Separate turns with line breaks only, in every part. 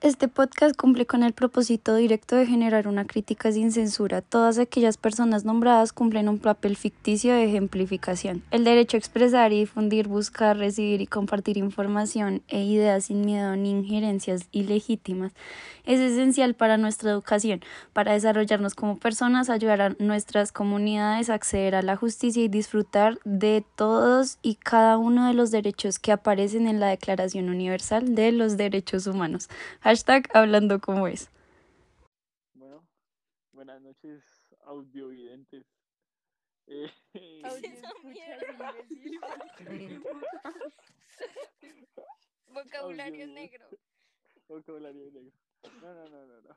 Este podcast cumple con el propósito directo de generar una crítica sin censura. Todas aquellas personas nombradas cumplen un papel ficticio de ejemplificación. El derecho a expresar y difundir, buscar, recibir y compartir información e ideas sin miedo ni injerencias ilegítimas es esencial para nuestra educación, para desarrollarnos como personas, ayudar a nuestras comunidades a acceder a la justicia y disfrutar de todos y cada uno de los derechos que aparecen en la Declaración Universal de los Derechos Humanos. Hashtag hablando como es.
Bueno, buenas noches, audiovidentes. Eh,
Vocabulario negro.
vocabulario negro. No, no, no, no, no.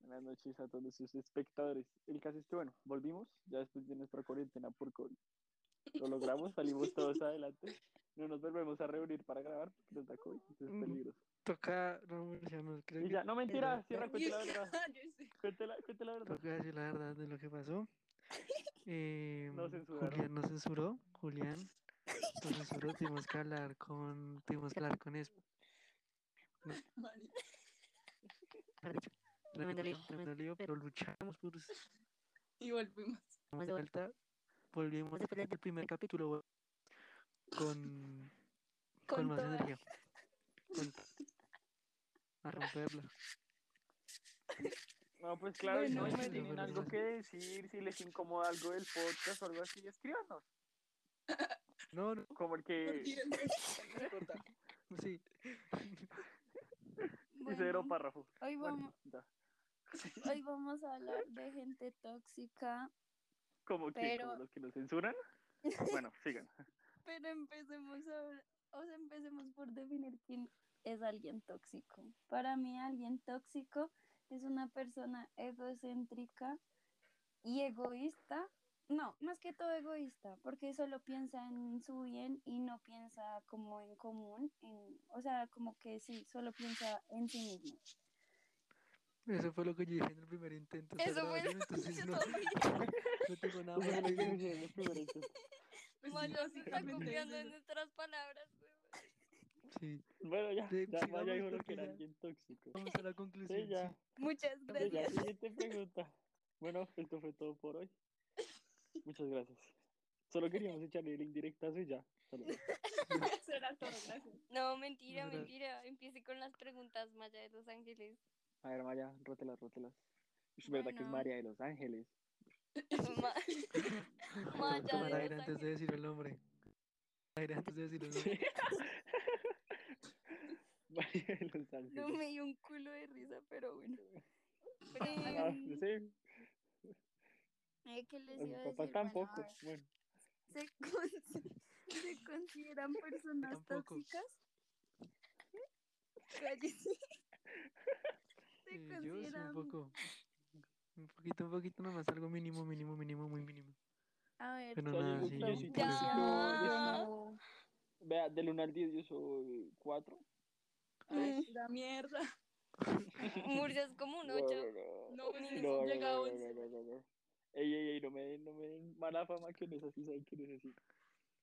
Buenas noches a todos sus espectadores. El caso es que, bueno, volvimos ya después de nuestra cuarentena por COVID. Lo logramos, salimos todos adelante. No nos volvemos a reunir para grabar porque nos da COVID, entonces es peligroso.
Toca, no, Murcia, no creo
Y
que
ya, no mentira, cierra, cuente la verdad.
Cállese.
Cuente la, cuente la verdad.
toca decir la verdad de lo que pasó. Eh,
Nos censuraron.
Julián nos censuró, Julián nos censuró, tuvimos que hablar con, tuvimos que hablar con eso. Tremendo lío, tremendo lío, pero luchamos por estamos
Y volvimos.
de vuelta. Volvimos después del primer capítulo con, con más
toda-
energía. Con- a romperla.
No, pues claro, y
Bueno,
no, si
bueno.
tienen algo que decir, si les incomoda algo del podcast o algo así, escríbanos.
No, no,
Como el que
sí.
cero párrafo.
hoy,
Bueno, ya.
hoy vamos a hablar de gente tóxica,
Como que
Pero-
como los que nos censuran. Bueno, sigan.
pero empecemos, a, o sea, empecemos por definir quién es alguien tóxico. Para mí alguien tóxico es una persona egocéntrica y egoísta. No, más que todo egoísta, porque solo piensa en su bien y no piensa como en común, en, o sea, como que sí, solo piensa en sí mismo.
Eso fue lo que yo dije en el primer intento.
Eso fue
¿sabes?
lo
Entonces
yo
no, no tengo nada más que decir.
Bueno, pues
Mario se está confiando en nuestras palabras.
Sí,
ya,
Sí,
ya,
sigamos
ya dijo lo
porque
que era
ya-
alguien tóxico.
vamos a la conclusión.
Sí, ya.
Muchas
Sí, ya,
gracias.
siguiente pregunta. Bueno, esto fue todo por hoy. Muchas gracias. Solo queríamos echarle el indirectazo y ya. Solo eso.
Eso era todo, gracias. No, mentira,
Gra-
mentira. Empiece con las preguntas, Maya de Los Ángeles.
A ver, Maya, rótelas, rótelas. Es verdad que es
Bueno.
María de Los Ángeles.
Ma-
Voy a
Maya de
tomar
Los
aire antes de
Ángeles.
decir el nombre. Aire antes de decir el nombre.
María de Los
No
Ángeles.
me dio un culo de risa, pero bueno.
Ah, no
Em,
sé,
Eh, ¿Qué les
a
iba
mi
a
papá
decir?
pues, tampoco.
Bueno,
Bueno,
¿se, con- se consideran personas
Tampoco.
tóxicas? Cállese. ¿Se
Eh, yo sí, un
consideran
poco. Un poquito, un poquito nomás, algo mínimo, mínimo, mínimo, muy mínimo.
A ver,
Pero
Soy
nada,
un
sí, yo sí
tóxico.
por eso.
Ya.
Pues No, yo no. Vea, del 1 al 10 yo soy 4.
Ay,
la mierda.
Murcia es como un 8. No,
pues
ni
No,
siquiera llega a
no, no,
11.
no, no, no, no. Ey, ey, ey, no me den, no me den mala fama que no es así, saben que no es así.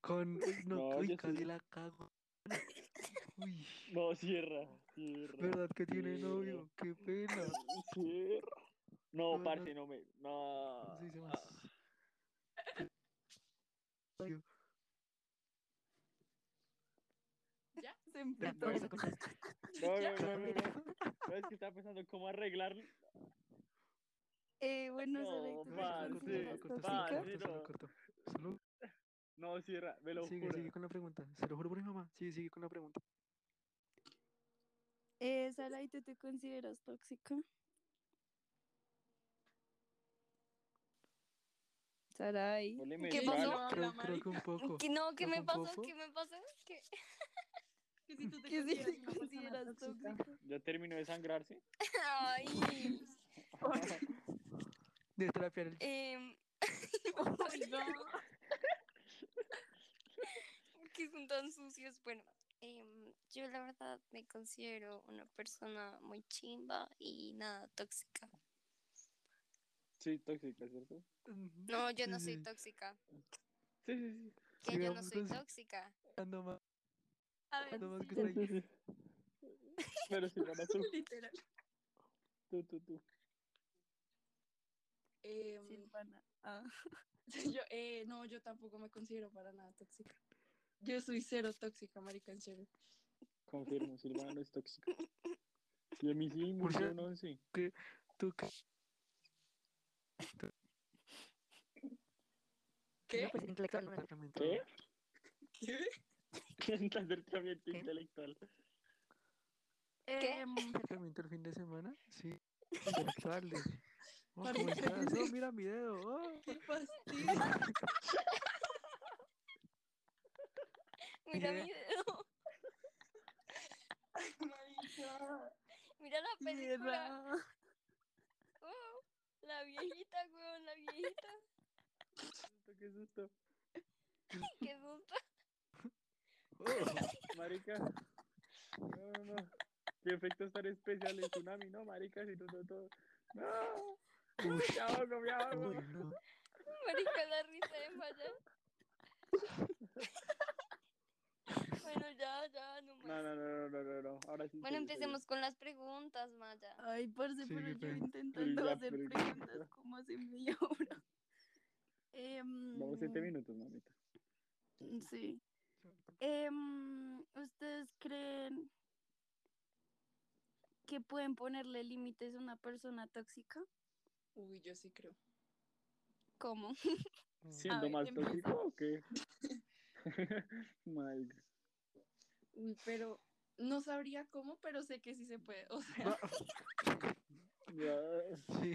Con. uy, No,
No,
uy,
yo
casi
sí.
la cago. Uy,
No, cierra, cierra.
verdad que tiene
sí.
novio, qué pena.
Cierra. No,
No, no.
parce, no me. No.
Sí, se me-
Ah,
Ay,
Ya, se
ya,
empató.
vamos a cortar.
No, no, no, no, no. No, Es que estaba pensando cómo arreglar.
Eh, bueno,
No,
¿se
parce,
consideran
corto,
parce,
tóxicas?
sí, no.
solo corto. Solo
No, cierra, me lo
sigue,
juro.
sigue con la pregunta. Se lo juro por mi mamá. Sigue, sigue con la pregunta.
Eh, Sara, ¿y tú te consideras tóxica? Sarai.
Ponle
¿Qué
mental.
pasó?
Creo,
Hola,
creo que un poco.
¿Qué- No, ¿qué
¿Yo
me
con
pasó?
fofo?
¿Qué me pasó? ¿Qué?
que si tú te
¿Qué si te
consideras una persona
consideras
tóxica.
tóxica?
Ya terminó de sangrarse.
Ay.
De trapear el
em, que son tan sucios. Bueno, em, yo la verdad me considero una persona muy chimba y nada tóxica.
Sí, tóxica, ¿cierto?
No, yo no soy
Sí,
tóxica.
Sí, sí,
Que yo no
Sigamos
soy
con-
tóxica.
ando más,
A ver,
ando más que
sí,
está ahí.
sí. Pero si ganas tú,
Literal.
tú, tú, tú.
Em,
Silvana. Ah.
yo, eh, no, yo tampoco me considero para nada tóxica. Yo soy cero tóxica, marica, en serio.
Confirmo, Silvana no es tóxico. Y a mí sí, me
Por
hizo
cierto.
un once.
¿Tú qué?
¿Qué?
No, pues intelectual no me da mucho.
¿Qué?
¿Qué?
¿Qué es el acercamiento
¿Qué?
intelectual?
Em,
Exactamente el fin de semana, sí. Intelectuales. Oh,
Para
¿cómo
el fin
estás?
de-
Oh, mira mi dedo. Oh.
¿Qué fastidio?
Mira mi
Mira.
dedo.
Marica.
Mira la película.
Mierda.
Oh, la viejita, weón, la viejita.
¿Qué es esto?
Qué susto.
Oh, marica. No, no, no. Qué efectos tan especiales. Tsunami, no, marica, si no, no, no. No.
Uy,
Me ahogo, me ahogo.
uy, no.
Marica, la risa de Maya. Bueno, ya, ya, no
No,
más.
no, no, no, no, no, no. Ahora sí. serio,
Bueno,
serio.
empecemos con las preguntas, Maya.
Ay, parce,
Sí,
pero
qué
yo
pena.
intentando
La
hacer
pregunta.
preguntas como hace media hora. Em,
Vamos siete minutos, mamita.
Sí.
Mm,
Em, ¿Ustedes creen
que pueden ponerle límites a una persona tóxica.
Uy, yo sí creo.
¿Cómo?
¿Siendo
ver,
más
empieza.
tóxico o qué? Marica.
Uy, pero no sabría cómo, pero sé que sí se puede. O sea,
Va-
Ya.
Sí.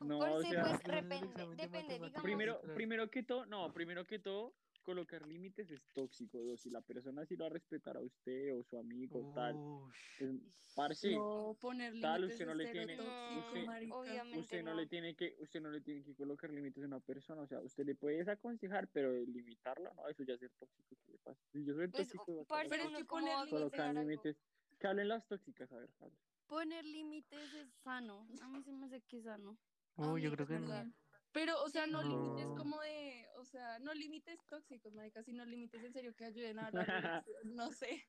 No,
Por
o
si,
sea,
pues,
hacer un
depende,
examen de
depende,
matemáticas.
digamos.
Primero,
Claro.
primero que todo, no, primero que todo, colocar límites es tóxico. Dos, si la persona sí lo va a respetar a usted o su amigo, tal.
Oh. Ush.
Pues, parce,
no poner
Tal,
límites
usted no
es
le
cero
tiene-
tóxico,
usted-
marica.
Mm, obviamente
usted no,
no.
le tiene que, usted no le tiene que colocar límites a una persona. O sea, usted le puede desaconsejar, pero limitarla, no, eso ya es ser tóxico. ¿Qué le pasa? Si yo soy
Pues,
tóxico,
o-
voy a
parce,
colocar-
Pero es
uno
que
cómo
poner
va a
límites-
colocar
colocar
algo.
límites. Que hablen las tóxicas, a ver, hablen.
Poner límites es sano. A mí se me hace que es sano.
Uy,
Ay,
yo creo que no.
verdad. Pero, o sea, no,
No.
límites como de, o sea, no límites tóxicos, marica, sino límites en serio que ayuden a la relación, no sé.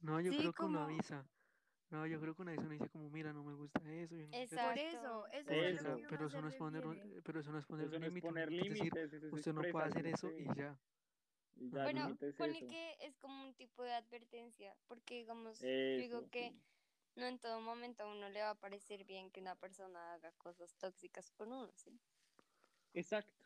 No, yo
Sí,
creo que uno
como-
avisa. No, yo creo que uno avisa, uno dice como, mira, no me gusta eso. yo no quiero
Exacto.
Por eso, eso, es a lo
Pero, "Pues, eso,
que uno
pero eso
se
no es poner un,
refiere.
eh, pero eso no es poner
Eso
un
no es
límite. uno
poner
es decir,
límites, eso es
usted no puede hacer eso
expresarse,
y
sí,
ya.
y ya,
Bueno,
límites
pone
eso.
que es como un tipo de advertencia, porque digamos, yo
Eso,
digo que
sí.
no en todo momento a uno le va a parecer bien que una persona haga cosas tóxicas con uno, ¿sí?
Exacto.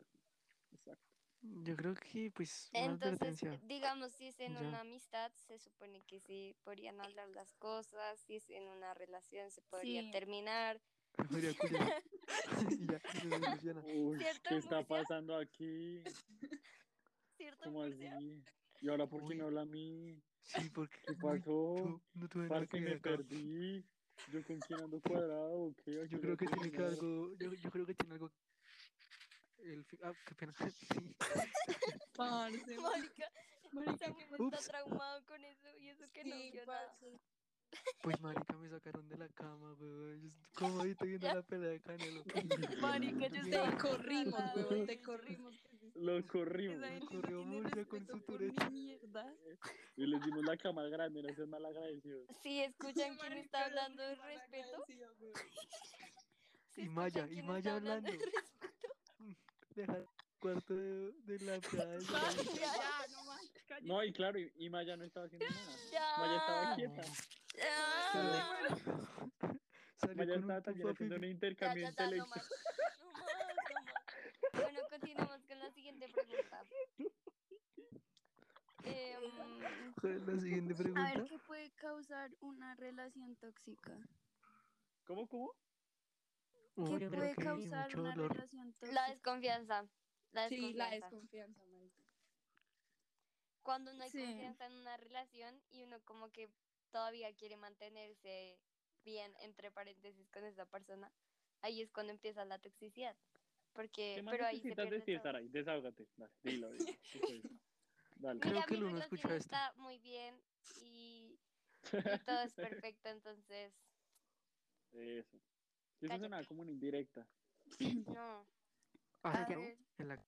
Exacto.
Yo creo que, pues, una
Entonces,
advertencia.
digamos, si es en
Ya.
una amistad, se supone que sí podrían hablar las cosas, si es en una relación, se podría
Sí.
terminar.
eh,
Mira, cuyo- y ya, y se soluciona.
Uy,
¿Cierto,
¿qué está
Murcia?
pasando aquí?
¿Cierto,
¿Cómo así?
Murcia?
¿Y ahora por qué
Uy.
me habla a mí?
Sí, porque
¿Qué
uy,
pasó?
yo no tuve nada que
Parce,
ver
me
acá.
perdí. ¿Yo con quién ando cuadrado o qué? Aquí
Yo
no
creo que
tengo
tiene que
nada.
algo, yo, yo creo que tiene algo. El fi- ah, qué pena. Sí.
Parce,
Marica,
marica,
Samuel está
Ups.
traumado con eso y eso que no
sí,
vio nada.
parce.
Pues marica me sacaron de la cama, weón. Yo estoy cómodito viendo
Ya.
la pelea de Canelo.
Marica, yo
Llega-
estaba-
Te corrimos,
Ay,
huevón,
no.
te corrimos. ¿qué es esto?
Lo corrimos.
Esa gente no
corrió
tiene
Murcia con
respeto
su
por
tureta.
ni mierda.
Y les dimos la cama grande, no seas mal agradecido.
Sí, escuchan quién está
Marica,
hablando de
eres muy
respeto.
malagradecida, huevón.
¿Sí
Y
escuchan
Maya, y
quién
Maya
está hablando de
hablando. Dejar el cuarto de, de la pelea de
Parce,
Canelo.
ya, no más, cállate.
No, y claro, y, y Maya no estaba haciendo nada.
Ya.
Maya
Ah,
estaba quieta.
Ya.
Salió
Maya estaba
con un
también
tufafi.
haciendo un
Ya,
intercambio
ya, ya, no
intelectual.
más. No más, no más. Bueno, continuamos con la siguiente pregunta. Em,
¿Cuál es la siguiente
A ver,
pregunta?
¿qué puede causar una relación tóxica?
¿Cómo, cómo?
Uy,
¿Qué
yo creo
puede
que
causar
mucho
una
dolor.
relación tóxica?
la desconfianza. La
Sí, la
desconfianza.
desconfianza, marica.
Cuando no hay
Sí.
confianza en una relación y uno como que todavía quiere mantenerse bien, entre paréntesis, con esa persona, ahí es cuando empieza la toxicidad. Porque,
¿Qué más
Eh, pero ahí se
necesitas
pierde
decir,
todo.
Saray? Desahógate. Dale, dilo. dilo. Sí, pues. Dale.
Creo
Mira,
que
mi
Lu no
relación
escuchó esto.
está muy bien y, y todo es perfecto, entonces,
Eso. Eso
Cállate.
suena como una indirecta.
no.
Ah,
A
ya,
ver.
en la...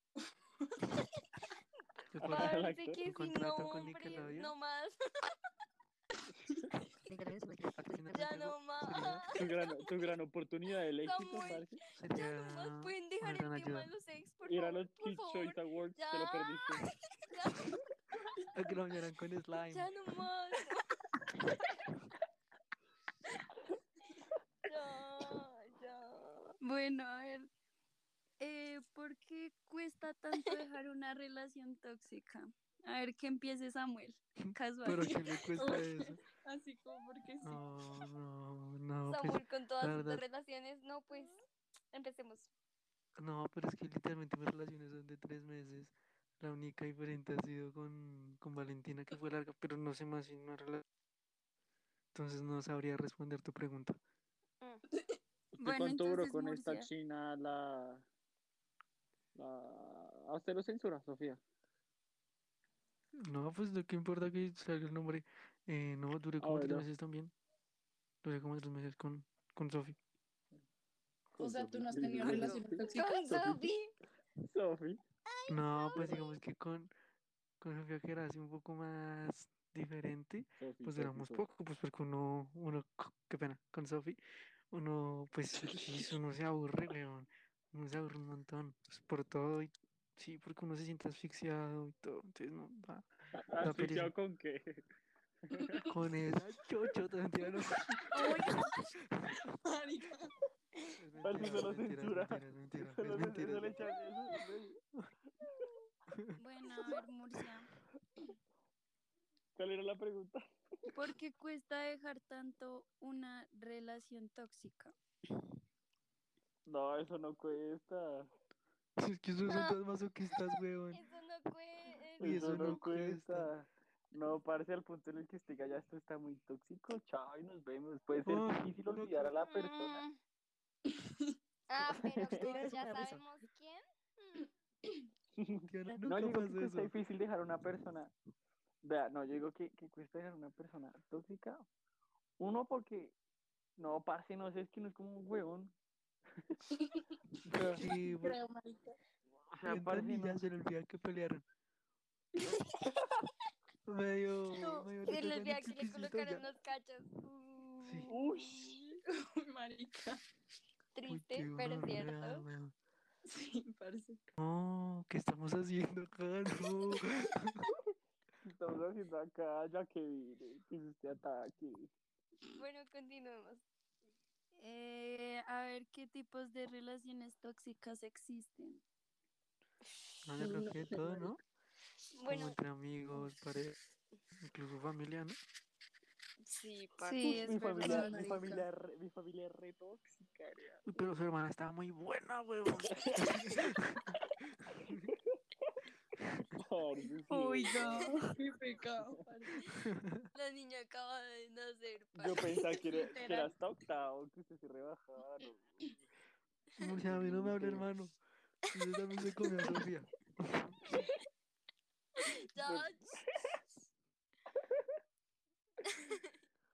Para el
Parece
actor,
que
un
si no,
contrato con
hombre,
Nickelodeon.
no más. Ya no más.
Tu gran, tu gran oportunidad del
Ah. Está
éxito,
muy-
parce.
Ya no más. Pueden dejar
Necesitan
el
ayuda.
tema de los ex, por
Ir a
favor.
los
por
Kids
favor.
Choice Awards, te lo
Ya.
perdiste.
Ya,
A que lo bañaran con slime.
ya no más. Ya, ya.
Bueno, a ver. eh, ¿Por qué cuesta tanto dejar una relación tóxica? A ver, que empiece Samuel. Casual.
Pero que le cuesta eso.
Así como porque sí.
No, no, no. pues,
Samuel con todas
la
sus
verdad-
relaciones. No, pues empecemos.
no, pero es que literalmente mis relaciones son de tres meses. La única diferente ha sido con, con Valentina, que fue larga, pero no se me hace una relación. Entonces no sabría responder tu pregunta.
¿Usted
Bueno,
cuánto duró
entonces,
con esta
Murcia.
china la... la... A usted lo censura, Sofía.
No, pues lo que importa que salga el nombre. Eh, no, duré como tres
bueno.
meses también. Duré como tres meses con, con Sofi.
O sea, tú no has tenido
Ay, no.
relaciones tóxicas.
Con Sophie.
Sofi.
No, pues digamos que con, con Sofía que era así un poco más diferente, pues duramos poco, pues porque uno, uno, co- qué pena, con Sofi, uno, pues sí, uno se aburre, weón. Uno se aburre un montón, pues, por todo y sí, porque uno se siente asfixiado y todo. Entonces, no, va. La
¿Asfixiado
pereza.
Ah, con qué?
Con esa chochota, mentira, no.
Marica.
Es
Parce,
mentira,
solo
es mentira, es
censura.
mentira, es mentira, es
Solo le-
mentira, es
solo le
mentira.
echan eso.
Bueno, a ver, Murcia.
¿Cuál era la pregunta?
¿Por qué cuesta dejar tanto una relación tóxica?
No, eso no cuesta.
Es que ustedes son
No.
tan masoquistas, weón.
Eso no cuesta.
Y eso
Eso no
no cuesta.
cuesta. No, parce, al punto en el que usted ya esto está muy tóxico. Chao, y nos vemos. Puede ser
Ah,
difícil
no
olvidar a la persona.
Mm. Ah, pero
Tú
como
eres
ya
una risa.
sabemos quién.
Diana,
No,
nunca
yo digo que
pasa
cuesta
eso.
difícil dejar a una persona. Vea, no, yo digo que, que cuesta dejar a una persona tóxica. Uno, porque. No, parce, no sé, es que no es como un huevón.
Porque, bueno,
Creo, marica.
O sea,
entran
parce,
y ya
no.
se le olvida que pelearon. medio,
Mm.
medio
Se les
tocan
vea
el
que le
pipisito
colocaron
ya.
los cachos.
Sí.
Uy,
Marica.
Uy,
Triste,
qué
pero
gonorrea,
cierto.
weón.
Sí, parece.
No, ¿qué estamos haciendo acá? No.
¿Qué Estamos haciendo acá, ya que vine, que es este ataque.
Bueno, continuemos.
Eh, a ver, ¿qué tipos de relaciones tóxicas existen?
No, yo creo
No
que
sé,
todo, ¿no? Como
Bueno,
entre amigos, pareja, incluso familia, ¿no?
sí,
Sí, es
mi, familia,
verdad.
mi,
marica.
familia, es re- mi familia es re tóxica, vea.
Uy, pero su hermana está muy buena, weón.
Parce, sí.
Qué pecado, parce.
La niña acaba de nacer. pa.
Yo pensaba que, era, que
Literal.
era hasta octavo, que usted se rebajaba. No.
Murcia, a mí no me habla, hermano. Yo también se comió a Sofía.
Ya,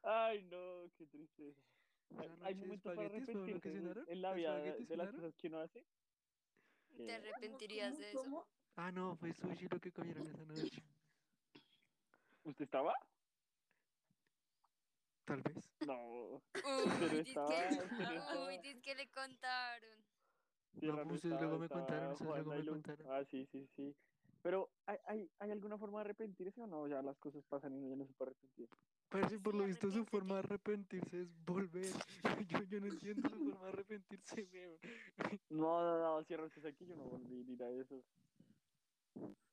Ay, no, qué tristeza. Hay,
Una
hay
noche de
momentos para
espaguetis, ¿fueron lo que
arrepentirse en,
cenaron?
en la vida de,
¿Espaguetis
de las
cenaron?
cosas que uno hace. Que-
te arrepentirías de eso.
¿Cómo?
Ah, no, fue sushi lo que comieron esa noche.
¿Usted estaba?
Tal vez.
No. Pero
Uy, dice
estaba-
que,
pero
uy,
estaba-
dice que le contaron.
No,
Sierra
pues ustedes
estaba,
luego me
estaba
contaron, ustedes luego
Juanda
me
y Lu.
contaron.
Ah, sí, sí, sí. Pero, ¿hay, hay, ¿hay alguna forma de arrepentirse o no? Ya las cosas pasan y uno ya no se puede arrepentir.
Parce, por
Sí,
lo visto su forma de
arrepiéntete.
arrepentirse es volver. Yo, yo no entiendo su forma de arrepentirse, weón.
No, no, no, cierra usted aquí, yo no volví ni nada de eso.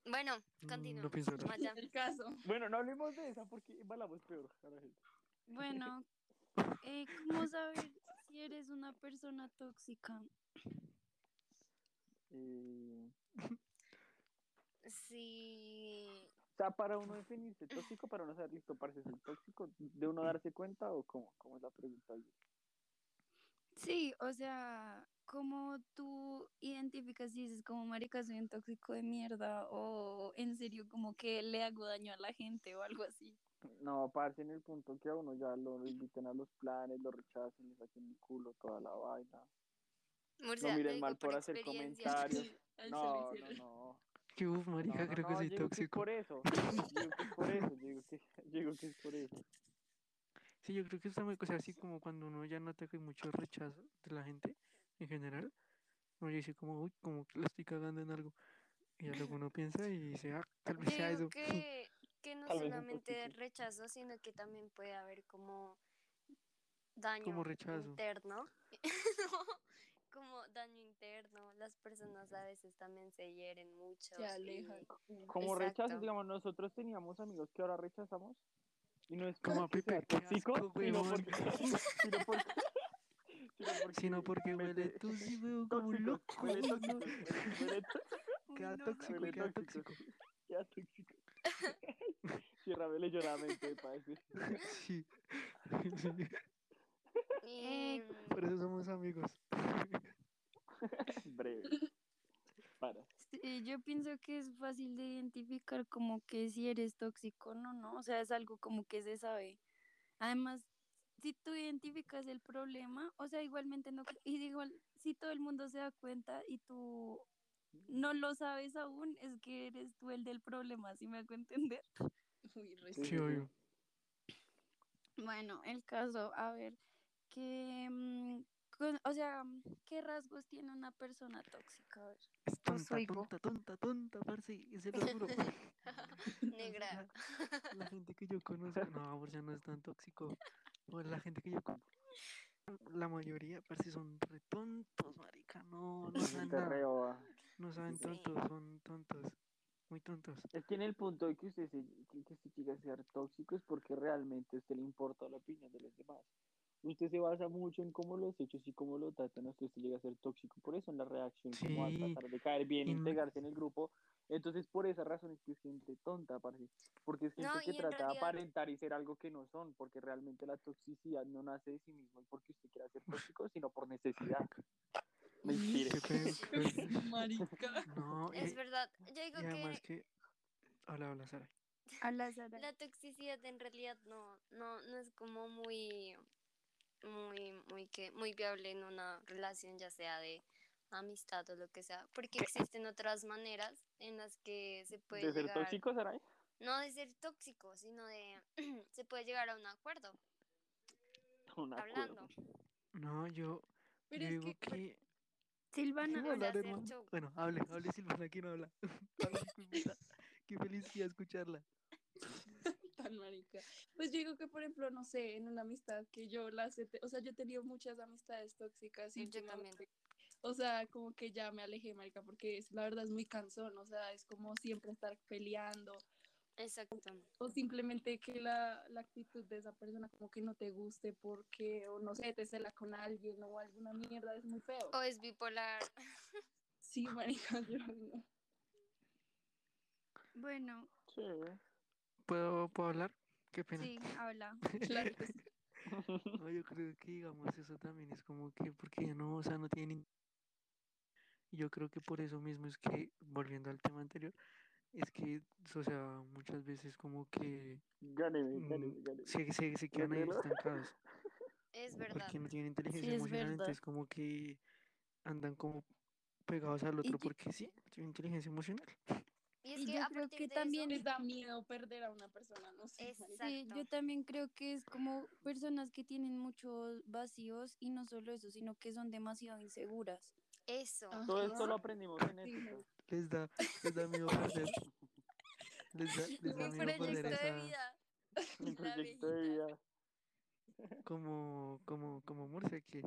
Bueno,
Mm,
continuemos.
No pienso hablar.
Maya.
El caso.
Bueno, no hablemos de esa porque embalamos peor a la gente.
Bueno, eh, ¿cómo saber si eres una persona tóxica?
Eh,
Sí.
o sea, para uno definirse tóxico, para uno saber listo, parce, soy tóxico, de uno darse cuenta o cómo, cómo es la pregunta. ahí?
Sí, o sea, ¿cómo tú identificas si dices como marica soy un tóxico de mierda o en serio como que le hago daño a la gente o algo así?
No, parce, en el punto que a uno ya lo inviten a los planes, lo rechacen, le saquen el culo, toda la vaina.
Murcia,
no
lo
miren
digo
mal por, hacer
experiencia.
comentarios.
Ahí
No,
se lo
no,
hicieron.
no.
Que uf,
No,
marica,
no,
creo que
no, yo
soy
digo es
tóxico.
por eso. Yo digo que es por eso. Yo digo que, yo digo que es por eso.
Sí, yo creo que está muy, o sea, así como cuando uno ya nota que hay mucho rechazo de la gente en general, uno ya dice como, uy, como que la estoy cagando en algo. Y ya luego uno piensa y dice, ah, tal vez sea
Yo
eso.
digo que, que no
Tal vez un
solamente
poquito.
rechazo, sino que también puede haber como daño
Como rechazo.
interno. como daño interno. Las personas a veces también se hieren mucho.
Se alejan.
y-
Como
Exacto.
rechazos, digamos, nosotros teníamos amigos que ahora rechazamos. Y no es
Como a
porque sea
Pipe, qué
tóxico,
asco,
sino
huevón.
porque, sino porque, sino porque,
Sino porque huele
mete-
tú sí veo como un
tóxicos,
loco.
huele
uy,
tóxicos,
no,
huele- huele
Queda
no,
tóxico,
huele
queda
tóxico.
tóxico.
Ya tóxico. Cierra, vele yo la mente, pa' decir.
Sí.
Y,
Por eso somos amigos.
Breve. Para.
Sí, yo pienso que es fácil de identificar como que si eres tóxico o no, ¿no? O sea, es algo como que se sabe. Además, si tú identificas el problema, o sea, igualmente no... Y igual, si todo el mundo se da cuenta y tú no lo sabes aún, es que eres tú el del problema, si me hago entender.
Uy, re
Sí,
Sí, obvio.
Bueno, el caso, a ver, que... mm, con- o sea, mm, ¿qué rasgos tiene una persona tóxica? A ver.
Es
Pues
tonta,
oigo.
tonta, tonta, tonta, parce, y se lo juro.
negra.
La, la gente que yo conozco, no, por ya no es tan tóxico. O la gente que yo conozco, la mayoría, parce, son re tontos, marica. No, no saben
Gente
nada.
re boba.
No saben
Sí.
tontos, son tontos. Muy tontos.
Es que en el punto de que usted se, que, que usted llega a ser tóxico es porque realmente a usted le importa la opinión de los demás. Usted se basa mucho en cómo los hechos y cómo lo tratan, usted, usted llega a ser tóxico. Por eso en la reacción, como a
Sí.
tratar de caer bien,
Y no-
integrarse en el grupo. Entonces, por esa razón es que es gente tonta, parce. Porque es gente
No,
que
y en
trata de
realidad-
aparentar y ser algo que no son, porque realmente la toxicidad no nace de sí mismo y porque usted quiera ser tóxico, sino por necesidad. Mentira.
Qué feo, qué feo.
Marica.
No,
Es
y,
verdad. Yo
y
digo
además
que
que. Hola, hola, Sara.
A la Sara.
la toxicidad en realidad no, no, no es como muy, muy, muy que, muy viable en una relación, ya sea de amistad o lo que sea, porque existen otras maneras en las que se puede
¿De ser
llegar,
tóxico, Saray?
no de ser tóxico, sino de se puede llegar a un acuerdo
Un acuerdo.
hablando.
No, yo,
Pero
yo
es
digo
que,
que.
Silvana.
¿Puedo
Bueno,
hablar,
hacer
hermano?
show.
Bueno, hable, hable Silvana, aquí no habla. Hable, hijo de puta. Qué felicidad escucharla.
tan marica. Pues yo digo que, por ejemplo, no sé, en una amistad que yo las he, te- o sea, yo he tenido muchas amistades tóxicas y
Yo
últimamente- O sea, como que ya me alejé, marica, porque es, la verdad es muy cansón, o sea, es como siempre estar peleando
Exacto.
o simplemente que la, la actitud de esa persona como que no te guste porque, o no sé, te cela con alguien o alguna mierda, es muy feo.
O es bipolar.
Sí, marica, yo no.
Bueno,
Sí.
¿Puedo, ¿puedo hablar? Qué pena.
sí, habla.
Claro que sí.
No, yo creo que, digamos, eso también es como que, porque ya no, o sea, no tienen. Yo creo que por eso mismo es que, volviendo al tema anterior, es que, o sea, muchas veces como que
Gáneme, gáneme,
mm,
gáneme.
se, se, se quedan ahí
Gánelo.
estancados.
Es verdad.
Porque no tienen inteligencia
es
emocional,
verdad.
entonces como que andan como pegados al otro
yo-
porque sí, tienen inteligencia emocional.
Y es
Y
que
yo
a
creo
partir
que
de
también-
Les da miedo perder a una persona, no sé.
Es-
marica.
Sí, yo
Exacto.
también creo que es como personas que tienen muchos vacíos y no solo eso, sino que son demasiado inseguras.
eso, eso.
Todo
Ajá.
esto lo aprendimos en este,
Sí,
ética.
Les da, les da miedo perder. Les da, les da
Mi
miedo perder
proyecto de
esa.
vida.
Mi
La
proyecto de
viejita.
vida.
Como, como, como Murcia, que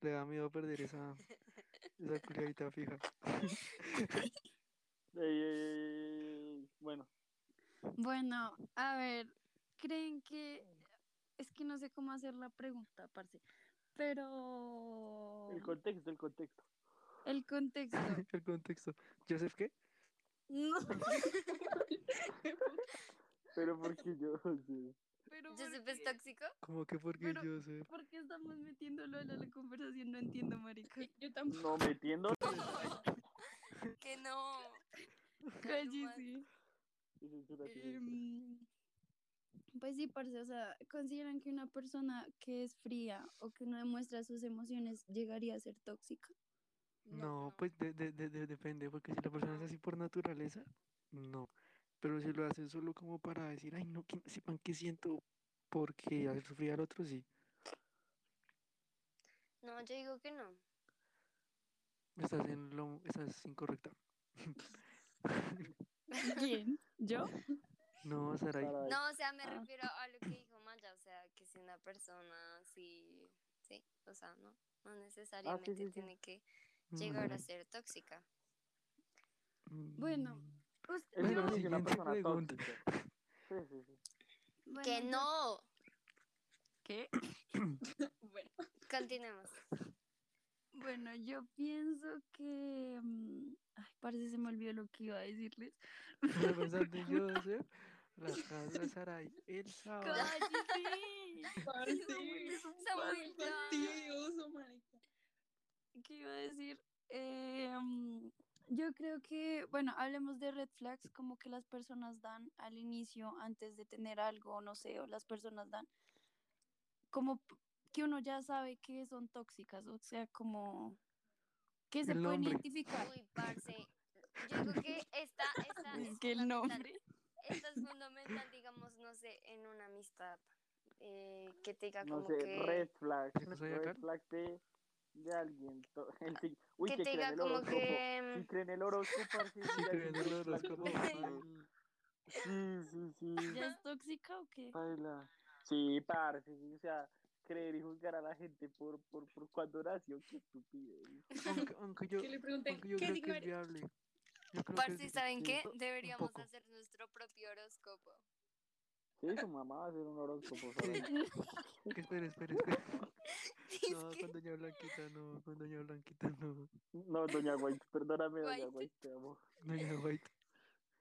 le da miedo perder esa. Esa culiadita fija.
Ey, ey, ey, ey, ey. Bueno,
Bueno, a ver, ¿creen que es que no sé cómo hacer la pregunta, parce, pero
el contexto, el contexto.
el contexto.
El contexto. ¿Joseph qué?
No,
Pero porque yo. sí.
pero ¿por
Joseph es
qué?
tóxico.
Como que porque
Pero-
Joseph.
¿Por qué estamos metiéndolo a la, la conversación? No entiendo, marica.
Yo tampoco.
No metiendo.
Que no.
Cállese.
Esa es una censura.
Em, Pues sí, parce, o sea, ¿consideran que una persona que es fría o que no demuestra sus emociones llegaría a ser tóxica?
No, pues de, de- de- de- depende, porque si la persona es así por naturaleza, no. Pero si lo hace solo como para decir, ay, no, que no sepan qué siento, porque al sufrir al otro sí.
No, yo digo que no.
Estás en lo, estás incorrecta.
¿Quién? ¿Yo?
No, Saray.
Saray.
No, o sea, me
Ah.
refiero a lo que dijo Maya, o sea, que si una persona, sí, sí, o sea, no, no necesariamente
sí, sí.
tiene que llegar a ser tóxica.
Mm,
Bueno,
mm,
Pues,
Eso
Bueno,
no
yo-
dice que una
siguiente
persona
pregunta.
tóxica. Sí, sí, sí.
bueno,
que
yo-
no,
¿Qué?
Bueno,
continuemos.
Bueno, yo pienso que... mm, Ay, parece se me olvidó lo que iba a decirles.
Una cosa de yo hacer la casa de Saray el sábado.
¡Cállate!
parce,
Samuel es un
Samuel,
parce.
ya.
fastidioso, marica.
¿Qué iba a decir? Eh, mm, yo creo que, bueno, hablemos de red flags como que las personas dan al inicio antes de tener algo, no sé, o las personas dan como p- que uno ya sabe que son tóxicas, o sea, como que se
El
pueden
nombre.
identificar.
Uy, parce, yo digo que esta, esta
Es
es
que el
fundamental.
nombre.
Esta es fundamental, digamos, no sé, en una amistad, eh, que te diga
No
como
sé,
que...
red flag.
¿Qué pasó ahí,
Red
Karen?
flag de, de alguien. to- en fin. Uy,
que
que
te
creen
diga
el
como
horóscopo.
que...
Si creen el horóscopo, parce,
Si
ya es un red
creen en los
flag
horóscopos,
total.
el-
Sí, sí, sí.
¿Ya es tóxica o qué?
Baila. Sí, parce, sí, o sea, creer y juzgar a la gente por, por, por cuando nació, qué estupidez.
aunque, aunque yo,
Que le pregunten,
aunque yo
¿qué
creo
signo
que es
eres?
viable. Yo creo que
Parce,
es-
¿saben
sí,
qué?
un
Deberíamos
poco.
hacer nuestro propio horóscopo.
Sí, su mamá va a hacer un horóscopo,
Sí.
¿sabes?
Que espere, espere, espere.
Es
No,
que-
con Doña Blanquita no, con Doña Blanquita no.
No, doña White, perdóname, doña
White.
Whiite, te amo.
Doña White.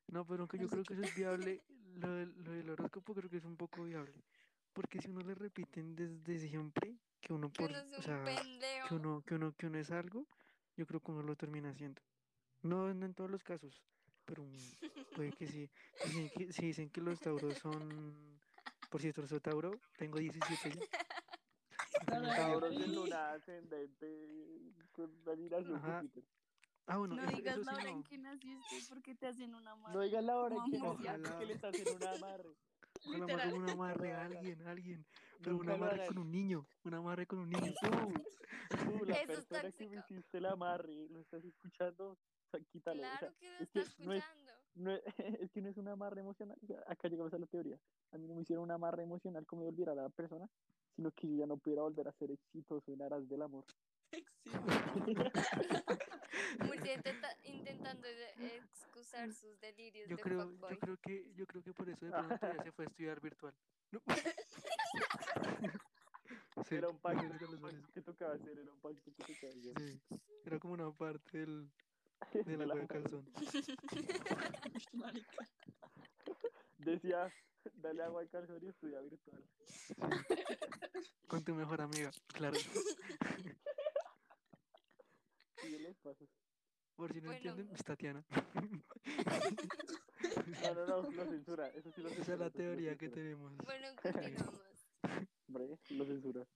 No, pero aunque yo
Así
creo que eso es viable, lo, del- lo del horóscopo creo que es un poco viable. Porque si uno le repiten desde siempre que uno
que
por,
uno es
o
un
sea,
pendejo.
que uno, que uno, que uno es algo, yo creo que uno lo termina haciendo. No, no en todos los casos, pero mm, puede que sí. Si dicen que, si dicen que los tauros son, por cierto, soy tauro, tengo 17 ya.
No, no, no.
Cabros de
Sí.
luna ascendente, con la admiración
Ajá.
Júpiter.
Ah, bueno,
No
eso,
digas
eso sí
la hora en
no.
que naciste porque te hacen una mala.
No digas la hora en que
Vamos,
nació,
ojalá.
que le está haciendo un amarre.
Ojalá me haga
Literal.
un amarre a
hagan.
alguien, a alguien. Pero un
Nunca lo
amarre con
hagas.
un niño, un amarre con un niño. Uh,
Tú, tú, Uh, la
Eso es
persona que me
tóxico.
hiciste el amarre, ¿lo estás escuchando? O sea, quítalo. o sea,
Claro que lo
es
está
que no es-
escuchando.
No, es es que no es un amarre emocional. o sea, Acá llegamos a la teoría. A mí no me hicieron un amarre emocional como de olvidar a la persona, sino que yo ya no pudiera volver a ser exitoso en aras del amor.
Murcia intenta- intentando de- excusar sus delirios
Mm, Yo
de
creo, yo
fuckboy.
creo que, yo creo que por eso de pronto ya se fue a estudiar virtual. No. Sí,
Era un
no,
pacto,
era de
era un
los
pacto
malos.
que tocaba hacer, era un pacto que tocaba hacer.
Sí, era como una parte del,
De
del agua
la-
de calzón.
Marica.
Decía, dale agua al calzón y estudia virtual.
Sí. Con tu mejor amiga, claro.
Y yo los pasos.
Por si no
Bueno.
entienden, es Tatiana.
No, no, no, lo censura. Eso sí lo censura.
Esa es la
eso sí lo
teoría que
censura.
tenemos.
Bueno, continuamos.
Hombre, lo censura.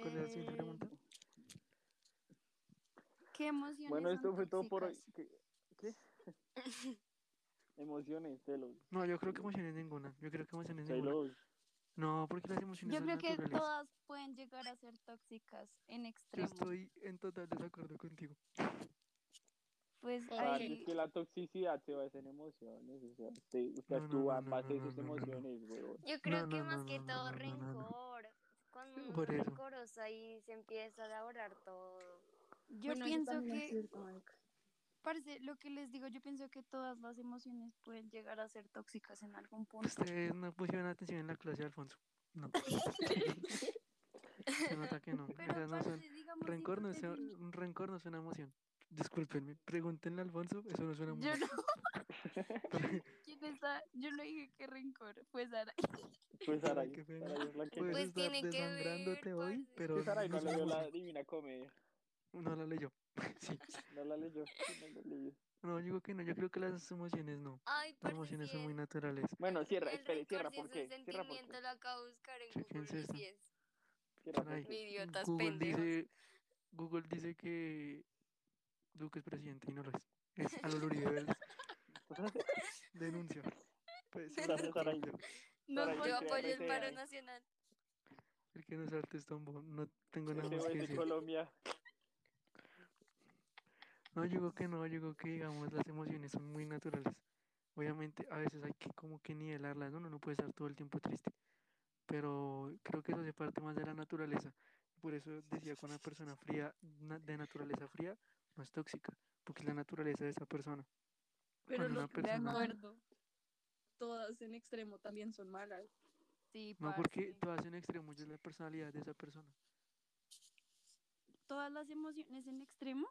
¿Cuál es la siguiente
Eh,
pregunta?
¿Qué emociones
Bueno,
son
esto fue todo por hoy.
tóxicas?
¿Qué? ¿Qué? Emociones, celos.
No, yo creo que emociones ninguna. Yo creo que emociones ninguna.
Celos.
No, porque las emociones
Yo
son
creo que
naturales.
todas pueden llegar a ser tóxicas en
Yo
extremo.
estoy en total desacuerdo contigo.
Pues
Claro,
Claro,
ahí
Ah, es que la toxicidad se basa en emociones, o sea, usted, usted
No, no,
actúa
no,
en
no,
base
no,
a sus
no, no, no.
emociones, weón.
Yo creo que
no,
más
no,
que
no, no,
todo
no, no, no.
rencor. Cuando uno
Por
es
eso.
rencoroso ahí se empieza a elaborar todo.
yo
Bueno, eso
pienso
también es
que,
cierto, marica.
parce, lo que les digo, yo pienso que todas las emociones pueden llegar a ser tóxicas en algún punto.
Ustedes no pusieron atención en la clase de Alfonso. No. Se nota que no.
Pero
Esas no
parce,
son.
digamos
Rencor no, es,
hipotéticamente-
un rencor no es una emoción. Discúlpenme. Pregúntenle a Alfonso. Eso no suena
Yo
emoción.
no, ¿quién está? Yo no dije que rencor, pues ahora.
Pues
Saray,
Saray,
qué pena.
Saray es la que...
Puedes
Pues
estar
tiene que
desangrándote
ver,
hoy,
parce.
pero
Que Saray
no,
no
es
leyó la
emoción.
divina comedia,
no la leyó. Sí.
no la leyó, no la leyó.
No, yo digo que no. Yo creo que las emociones no.
Ay,
Las
parce,
emociones
sí
son muy
es.
naturales.
Bueno, cierra,
el
espere, cierra,
rencor, si
¿por
es un
qué? Cierra, ¿por
sentimiento,
qué?
lo acabo de buscar en
Chequense
Google y
esta.
sí es.
Cierra, ¿por
Saray.
qué?
Idiotas
Google
pendejos.
dice, Google dice que Duque es presidente y no lo es. Es a lo Uribe Vélez. Denuncia. Pues,
Sara, Sara, yo-
No,
Por ahí
Yo
sí,
apoyo el
RCA.
paro nacional.
el que no saltes tambo, no tengo nada
Este
más
güey
que
es de
decir.
Colombia.
No, yo creo que no, yo creo que digamos las emociones son muy naturales. Obviamente a veces hay que como que nivelarlas, ¿no? Uno no puede estar todo el tiempo triste, pero creo que eso hace parte más de la naturaleza. Por eso decía que una persona fría, na- de naturaleza fría, no es tóxica, porque es la naturaleza de esa persona.
pero
Cuando
los
una persona-
de acuerdo, todas en extremo también son malas.
Sí,
No
parce.
porque tú haces un extremo, ya es la personalidad de esa persona.
Todas las emociones en extremo.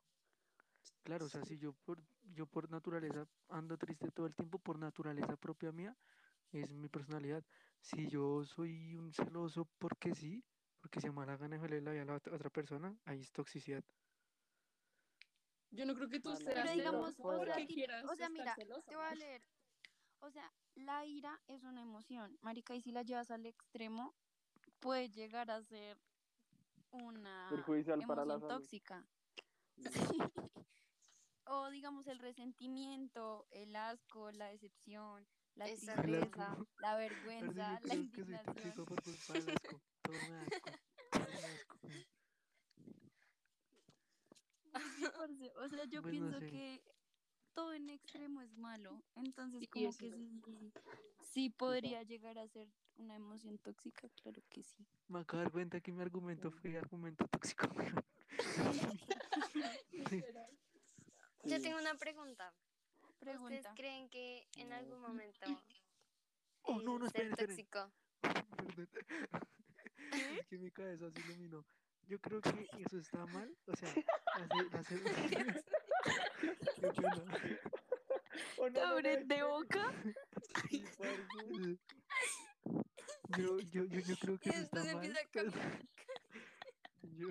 Claro, o sea, si yo por, yo por naturaleza ando triste todo el tiempo, por naturaleza propia mía, es mi personalidad. Si yo soy un celoso porque sí, porque se me da la gana de joderle la vida a la ot- otra persona, ahí es toxicidad.
Yo no creo que tú
Mala.
seas
Pero
celoso
digamos, o
porque
sea,
ti-
quieras
o sea,
estar
mira,
celoso,
Te voy a
¿no?
leer. O sea, la ira es una emoción, marica, y si la llevas al extremo, puede llegar a ser
Ah,
una
Perjudicial para la
emoción
salud.
tóxica.
Sí.
O digamos el resentimiento, el asco, la decepción, la
Exacto.
tristeza, la
Pero si
vergüenza,
yo
la
creo que soy
indignación.
tóxico por culpa del asco. Todo me da asco. todo me da asco.
Sí, parce, O sea, yo
Pues no
pienso
sé.
que todo en extremo es malo. Entonces,
Sí,
como
eso
que
es.
sí, sí podría llegar a ser una emoción tóxica, claro que sí.
Me acabo de dar cuenta que mi argumento fue argumento tóxico.
Literal.
Yo tengo una pregunta. ¿Ustedes
Pregunta.
creen que en
No.
algún momento
Oh, no,
el
no,
ser
esperen, esperen.
tóxico?
Perdón. Es que mi cabeza se iluminó. Yo creo que eso está mal. O sea, hacer. hacer... Qué pena.
Oh, no, no, no,
Cabre
es
de
que-
boca.
Sí, parce.
Yo, yo, yo, yo creo que
Y
eso está
después
mal.
empieza a caminar.
Yo,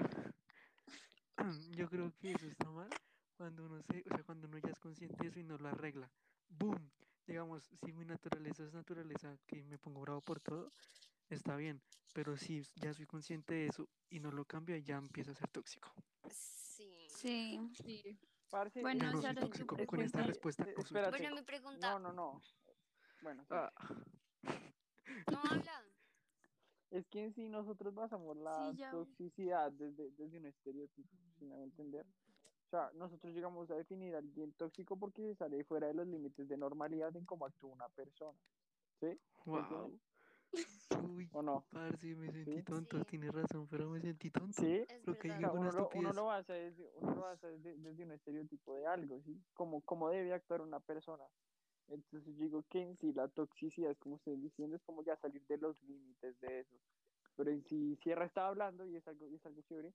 yo creo que eso está mal cuando uno se, o sea, cuando uno ya es consciente de eso y no lo arregla. ¡Boom! Digamos, si mi naturaleza es naturaleza, que me pongo bravo por todo, está bien. Pero si ya soy consciente de eso y no lo cambio, ahí ya empieza a ser tóxico.
Sí.
Sí.
Sí.
Parce,
Bueno,
Yo no soy
Sara, tu
tóxico. Con esta
pregunta-
respuesta
Eh,
no soy
espérate.
Bueno, mi pregunta,
No, no, no. Bueno, sí.
Ah,
¿no hablan?
es que en sí nosotros basamos la
Sí, ya.
toxicidad desde, desde un estereotipo, si me hago entender. O sea, nosotros llegamos a definir a alguien tóxico porque se sale fuera de los límites de normalidad en cómo actúa una persona. ¿Sí?
wow. Uy,
¿O no?
parce, me sentí
Sí.
tonto.
Sí.
Tienes razón, pero me sentí tonto.
Sí.
Es
Creo que
O
hay
sea,
verdad.
uno,
ninguna
lo, uno
estupidez.
lo basa desde, uno lo basa desde, desde un estereotipo de algo, ¿sí? Como, como debe actuar una persona. Entonces yo digo que en sí la toxicidad, como ustedes diciendo, es como ya salir de los límites de eso. Pero en sí, Sierra estaba hablando y es algo, y es algo chévere,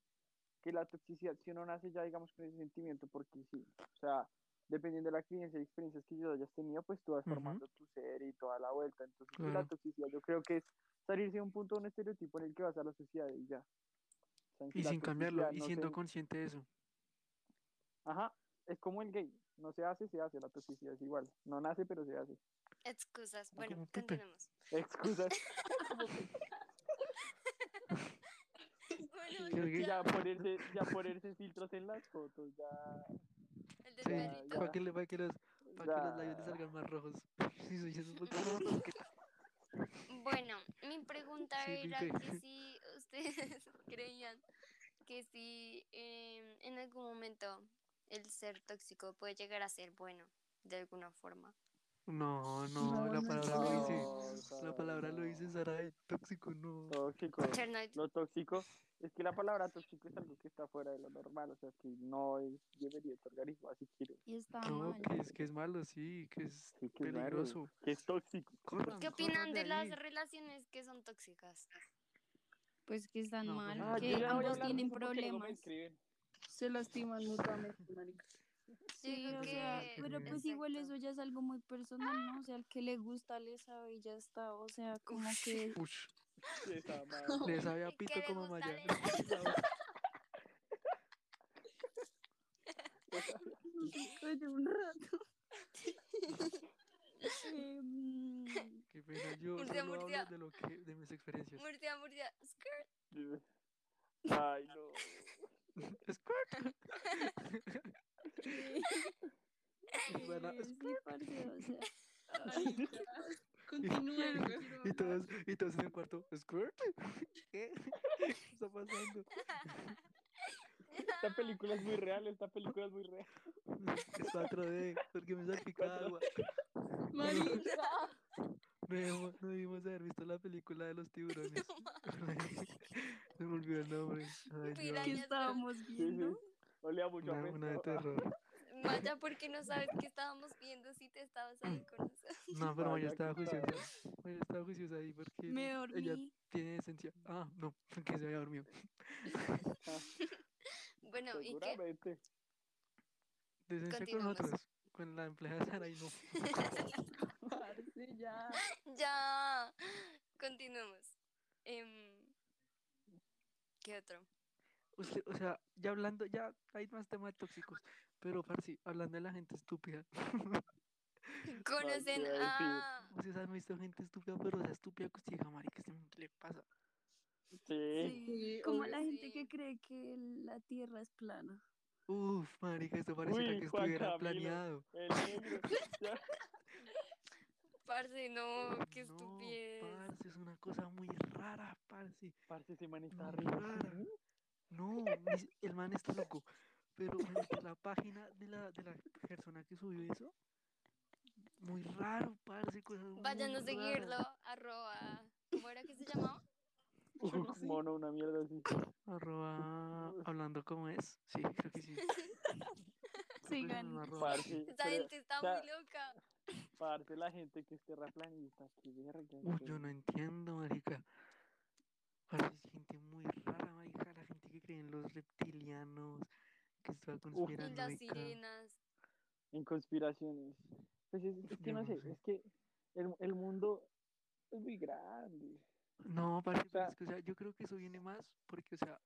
que la toxicidad, si uno nace ya, digamos, con ese sentimiento, porque sí, o sea, dependiendo de la experiencia y experiencias que yo hayas tenido, pues tú vas
Ujú.
formando tu ser y toda la vuelta. Entonces sí,
Claro.
la toxicidad yo creo que es salirse de un punto, de un estereotipo en el que vas a la sociedad y ya. O sea, en sí
Y
la
sin cambiarlo,
toxicidad
y
no
siendo
se-
consciente de eso.
Ajá, es como el gay. No se hace, se hace. La toxicidad es igual. No nace, pero se hace.
Excusas.
Como
Bueno,
Pipe.
continuemos.
Excusas.
Bueno,
Creo que
ya ponerse, ya ponerse filtros en las fotos. Ya.
el del
Sí,
perrito.
ya.
para que, le- pa' que los, pa' que los labios te
ya.
salgan más rojos. Sí, soy eso, porque no, no, porque-
Bueno, mi pregunta
Sí,
era
Pipe.
que si ustedes creían que si eh, en algún momento el ser tóxico puede llegar a ser bueno de alguna forma.
no, no, la
no,
palabra lo
no.
dice.
Sara,
La palabra lo
no. Oh,
dice Sara, el tóxico, no.
Tóxico.
Chernobyl.
Lo tóxico. Es que la palabra tóxico es algo que está fuera de lo normal. O sea, que no es debería tu organismo. Así quiero.
Y está
No,
mal.
que es, que es malo, sí, que es
Sí, que es malo,
peligroso.
Que es tóxico.
Corran,
¿Qué
corran
opinan de las
ahí.
relaciones que son tóxicas?
Pues que están
No,
mal,
pues, Ah,
que
yo ya voy a
ambos
hablar de
tienen
eso porque luego me
problemas.
escriben.
Se lastiman mutuamente, marica.
Sí,
Yo
pero, o
creo
sea,
que-
pero pues igual
Exacto.
eso ya es algo muy personal, ¿no? O sea, el que le gusta le sabe y ya está. O sea, como que
Ush,
Sí, esa madre.
le sabe a
¿Y qué
pito
le
como
gusta
Maya.
Oye, un rato. Em,
Qué pena, yo
Murcia,
solo
Murcia.
hablo de lo que, de mis experiencias.
Murcia, Murcia. Skirt.
Ay, no.
Squirt.
eh, sí, parce, o sea,
Marica, Continúa, no quiero
Y
hablar.
todos, y todos en el cuarto, ¿Squirt? ¿Qué? ¿Qué está pasando?
Esta película es muy real, esta película es muy real.
Es 4D, porque me salpica agua.
Marica.
No debimos, no debimos haber visto la película de los tiburones. Se me olvidó el nombre. Ay, Dios.
¿Qué
Pirañas,
estábamos
Sí, sí.
viendo?
Olía mucho a
Una, una de
pesto.
terror.
Maya, porque no sabes qué estábamos viendo si te estabas ahí con nosotros.
No, pero
Vaya,
yo estaba
qué
juiciosa. Yo estaba juiciosa ahí porque
Me
ella
dormí.
tiene esencia. Ah, no, que se había dormido.
Bueno, ¿y qué?
Seguramente.
Decencia con
Continuemos.
nosotros. Con la empleada Sara y no.
Parce, ya.
Ya, continuemos. Em, ¿Qué otro?
Usted, o sea, ya hablando, ya hay más temas tóxicos. Pero, Farsi, hablando de la gente estúpida.
Conocen
iba a decir.
a...
Ustedes han visto gente estúpida, pero o sea, estúpida que usted diga, marica, este man, ¿qué le pasa?
Sí.
Sí,
Como
obvio,
la gente
sí.
que cree que la Tierra es plana.
Uf, marica, esto pareciera
Uy,
que
Juan
estuviera
Camilo.
planeado.
El negro. Ya.
Parce, no, Oh, qué
No,
estupidez.
parce, es una cosa muy rara, parce.
Parce, ese man está
Muy
re
rara. No, ni si- el man está loco. Pero me metí a la página de la, de la persona que subió eso. Muy raro, parce, cosas muy
Vayan a seguirlo,
raras.
arroba... ¿Cómo era que se llamaba?
Yo no sé.
mono, una mierda así.
Arroba hablando como es. Sí, creo que sí.
Sigan.
Arroba.
Parce,
Esa
pero-
gente está
sea,
muy loca.
parce, la gente que es terraplanista, qué verga.
Uy,
güey.
yo no entiendo, marica. Parce, es gente muy rara, marica. La gente que cree en los reptilianos, que está
Y
conspirando.
las sirenas.
En conspiraciones. Pues es, es que
Yo
no
no
sé,
sé.
es que el, el mundo es muy grande.
No, parce,
O sea-
pero es que, o sea, yo creo que eso viene más porque, o sea,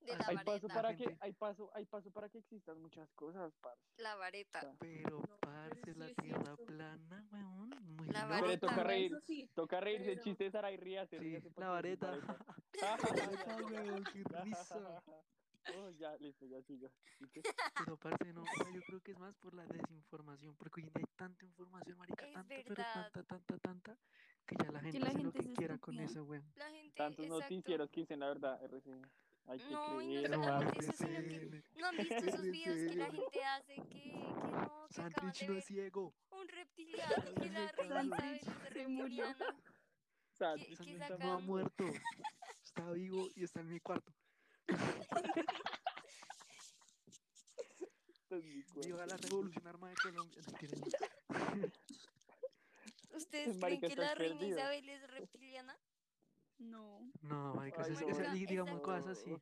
De
Hay
la
Hay paso
vareta.
para que,
gente.
hay paso, hay paso para que existan muchas cosas, parce.
La vareta.
pero
pero
parce, la
sí es
tierra
cierto.
plana, weón, muy
La
loco.
Pero
vareta.
toca reír.
Eso sí.
Toca reírse, el
Pero-
chiste es Sara y ríase,
Sí,
ríase,
la
parce, sin
vareta.
vareta.
Vareta, weón, qué risa.
Oh, ya, listo, ya siga. ¿Y qué?
Pero parce, no, o sea, yo creo que es más por la desinformación, porque hoy en día hay tanta información, marica,
Es
tanta, pero
verdad.
tanta, tanta, tanta, que ya la gente
la
hace lo
gente
que
se
quiera con
estupea.
eso, weón.
La gente,
Tantos
exacto.
noticieros que dicen la verdad, RCN. Hay que
No, y no
creer,
se la
No, ah,
parce.
noticia, sino que-
RCN,
¿No han visto esos
Sí,
videos que la
sí.
gente hace que, que no, que acaban
sándwich
de
no es
ver
ciego.
un reptiliano que la
Sándwich
revisa de
se
ese
murió.
reptiliano?
Sándwich
que
Sándwich no ha
sacan-
muerto, está vivo y está en mi cuarto.
está en mi cuerpo.
Viva la revolución arma de Colombia. No, mentira, no.
¿Ustedes creen
Marica,
que la
estás
reina
perdido.
Isabel es reptiliana?
No.
No, marica, o sea,
Ay,
es- o sea,
no.
di- digamos
Exacto.
cosas así.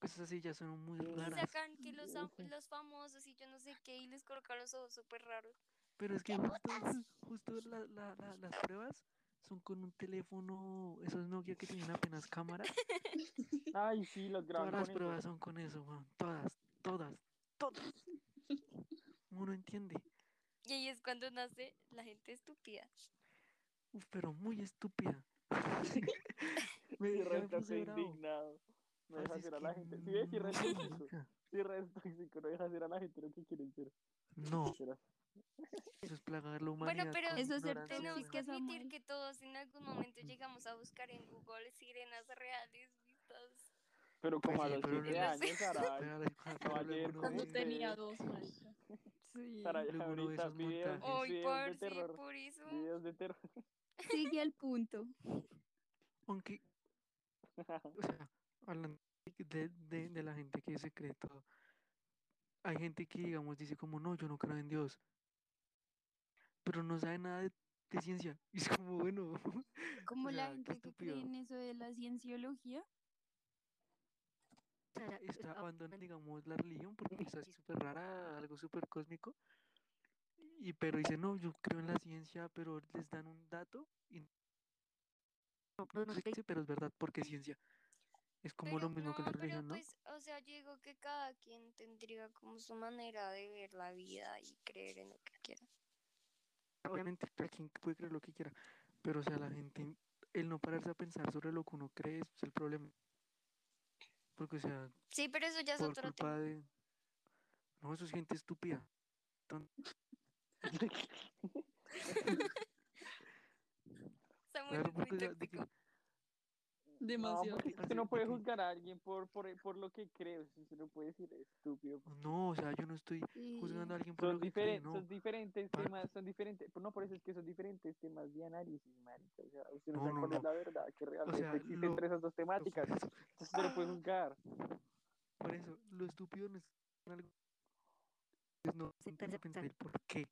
Cosas así ya son muy
Sí.
Y
raras.
sacan que los, am-
Sí.
los famosos y yo no sé qué, y les colocan los ojos súper raros.
Pero es que justo, justo la- la- la- las pruebas son con un teléfono, esos Nokia que tienen apenas cámara.
Ay, sí, los
Todas
graban
las
con eso.
pruebas son con eso, weón. Todas, todas, todas. Uno entiende.
Y ahí es cuando nace la gente estúpida.
Uf, pero muy estúpida. Me,
Sí,
ya me
resto
puse
estoy
bravo.
indignado. No deja
Parce,
hacer
es
a
que
la gente. Sí, ves, sí, re
no,
tóxico.
marica.
Sí, re tóxico. No deja hacer a la gente lo que quieren ser.
No,
Pero
eso es plagar la humanidad.
Bueno, pero
con
Eso es ser tóxico.
ignorancia,
tenemos
weón.
que admitir
Samuel.
que todos en algún momento llegamos a buscar en Google sirenas reales vistas.
Pero
Pues
como a
sí,
los
pero
siete
luego-
años, Sara.
Pero ahora- pero
ayer
luego uno
Cuando
ve-
tenía dos, marica.
Sí.
Sara, ya
Luego uno ve
ahorita
esos
videos,
montajes.
Hoy
videos
por
de
sí,
terror.
por eso.
Videos de terror.
Sigue al punto.
Aunque, o sea, hablando de, de, de la gente que se cree todo, hay gente que, digamos, dice como, no, yo no creo en Dios, pero no sabe nada de, de ciencia. Y es como, bueno,
Como
O
la
sea, qué
gente que cree
estúpido.
en eso de la cienciología.
está abandonando, digamos, la religión porque es así súper rara, algo súper cósmico. Y, pero dice, no, yo creo en la ciencia, pero les dan un dato y no, no, no sé qué dice, pero es verdad porque es ciencia. Es como
Pero
lo mismo que la religión, ¿no?
pues, o sea, yo digo que cada quien tendría como su manera de ver la vida y creer en lo que quiera.
obviamente cada quien puede creer lo que quiera, pero o sea, la gente, el no pararse a pensar sobre lo que uno cree es el problema. Porque, o sea,
Sí, pero eso ya es
por
otro tema.
culpa de... No, eso es gente estúpida. Ton-
Samuel
Claro,
es muy
porque la- de que-
tóxico.
Demasiado.
No, porque
Así,
usted no puede
porque-
juzgar a alguien por, por, por lo que cree. Usted no puede decir estúpido.
no, o sea, yo no estoy juzgando a alguien por
Son,
lo que cree,
diferen-
no. Ah.
son diferentes
Par-
temas, son diferentes, no por eso es que son diferentes temas de análisis, marica. O sea, usted no,
No,
sabe
no,
cuál es
no.
la verdad, que realmente
sea,
existe
lo- Ah.
entre esas dos
Pero por
temáticas.
eso-
Entonces usted no puede juzgar.
Por eso, lo estúpido no es algo. es no sentarse a pensar el por qué.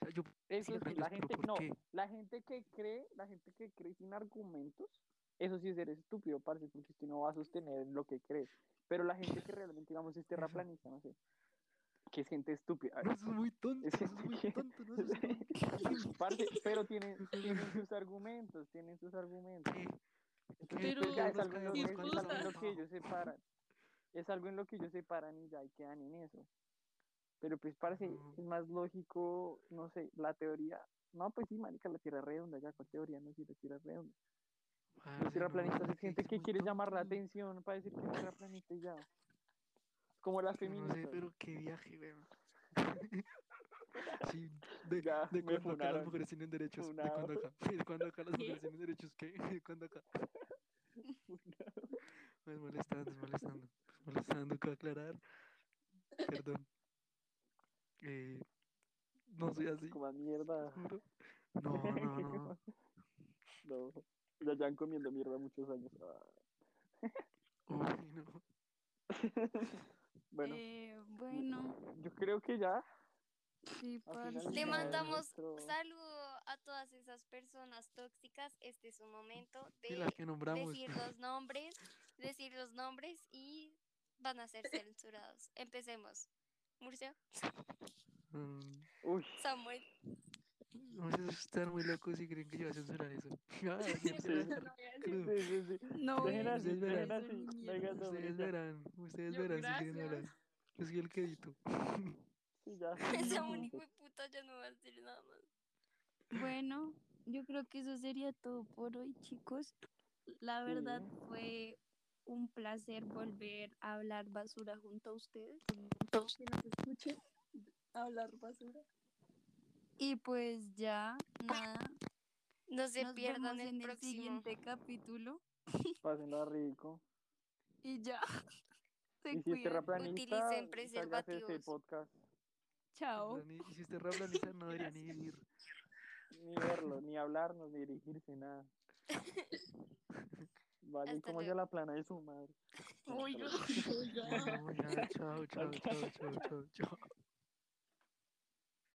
O sea, yo
Eso
Sí,
sí,
pero
la
es- pero
gente,
¿por
no,
qué?
la gente que cree, la gente que cree sin argumentos, eso sí es ser estúpido, parce, porque usted no va a sostener lo que cree. Pero la gente que realmente, digamos, es terraplanista, no sé, que es gente estúpida.
No, eso es muy tonto,
es
eso es muy
que-
tonto, no, eso es muy tonto.
Parce, pero tienen, tienen sus argumentos, tienen sus argumentos.
¿Qué?
Entonces,
Pero-
pues, ya es algo, en lo,
¿qué
es algo en
cosas?
lo que ellos se paran. Es algo en lo que ellos se paran y ya y quedan en eso. Pero pues parece,
No.
es más lógico, no sé, la teoría. No, pues sí, marica, la tierra es redonda, ya con teoría, no, sí, la tierra es redonda.
Ah,
Los tierraplanistas es gente que quiere llamar la atención para decir que es tierraplanista y ya. Como las
No sé,
feministas.
pero qué viaje, weón. Sí, de,
Ya,
de
me
cuando acá las
funaron.
mujeres tienen derechos. De cuando
Funado.
acá. De cuando acá las
¿Qué?
mujeres tienen derechos. ¿Qué? De cuando acá. Pues molestando, es molestando. Pues molestando, que aclarar. Perdón. Eh, no soy así.
Como a mierda.
juro. No, no, no.
No. Ya llevan comiendo mierda muchos años. Ah.
Uy, no.
Bueno,
Eh, bueno,
yo creo que ya.
sí,
al
parce.
final
Le
hicimos
mandamos
nuestro-
saludo a todas esas personas tóxicas. Este es un momento
Y
de
las que nombramos.
decir los nombres, decir los nombres y van a ser censurados. Empecemos. Murcia,
Mm,
Uy.
Samuel,
Vamos a estar muy locos si creen que yo voy a censurar eso. Ah,
Sí,
censurar.
pero no voy a decir.
Crudo.
Sí, sí, sí.
No,
Dejen
eh,
así,
ustedes
dejen
verán.
así.
Ustedes
Venga,
Ustedes
Sabrina.
verán, ustedes
Yo,
verán si quieren hablar.
gracias.
Yo soy el que edito.
Sí, ya.
Samuel, hijo de puta, ya no voy a decir nada más.
bueno, yo creo que eso sería todo por hoy, chicos. La verdad
Sí.
fue un placer volver a hablar basura junto a ustedes. Junto a ustedes.
Que nos escuchen hablar basura.
Y pues ya, nada.
No se
nos
pierdan
vemos
el
en
próximo.
el siguiente capítulo.
Pásenla rico.
Y ya. Se
Y si es
cuidan.
terraplanista,
Utilicen
sálgase de este
preservativos.
podcast.
Chao.
Ni- Y si usted rabla, Lisa, no debería ni vivir.
Ni verlo, ni hablarnos, ni dirigirse, nada. Vale,
Hasta
como ya
luego.
la plana de su madre.
Oiga, oiga.
No, ya, chao, chao, chao, chao, chao, chao.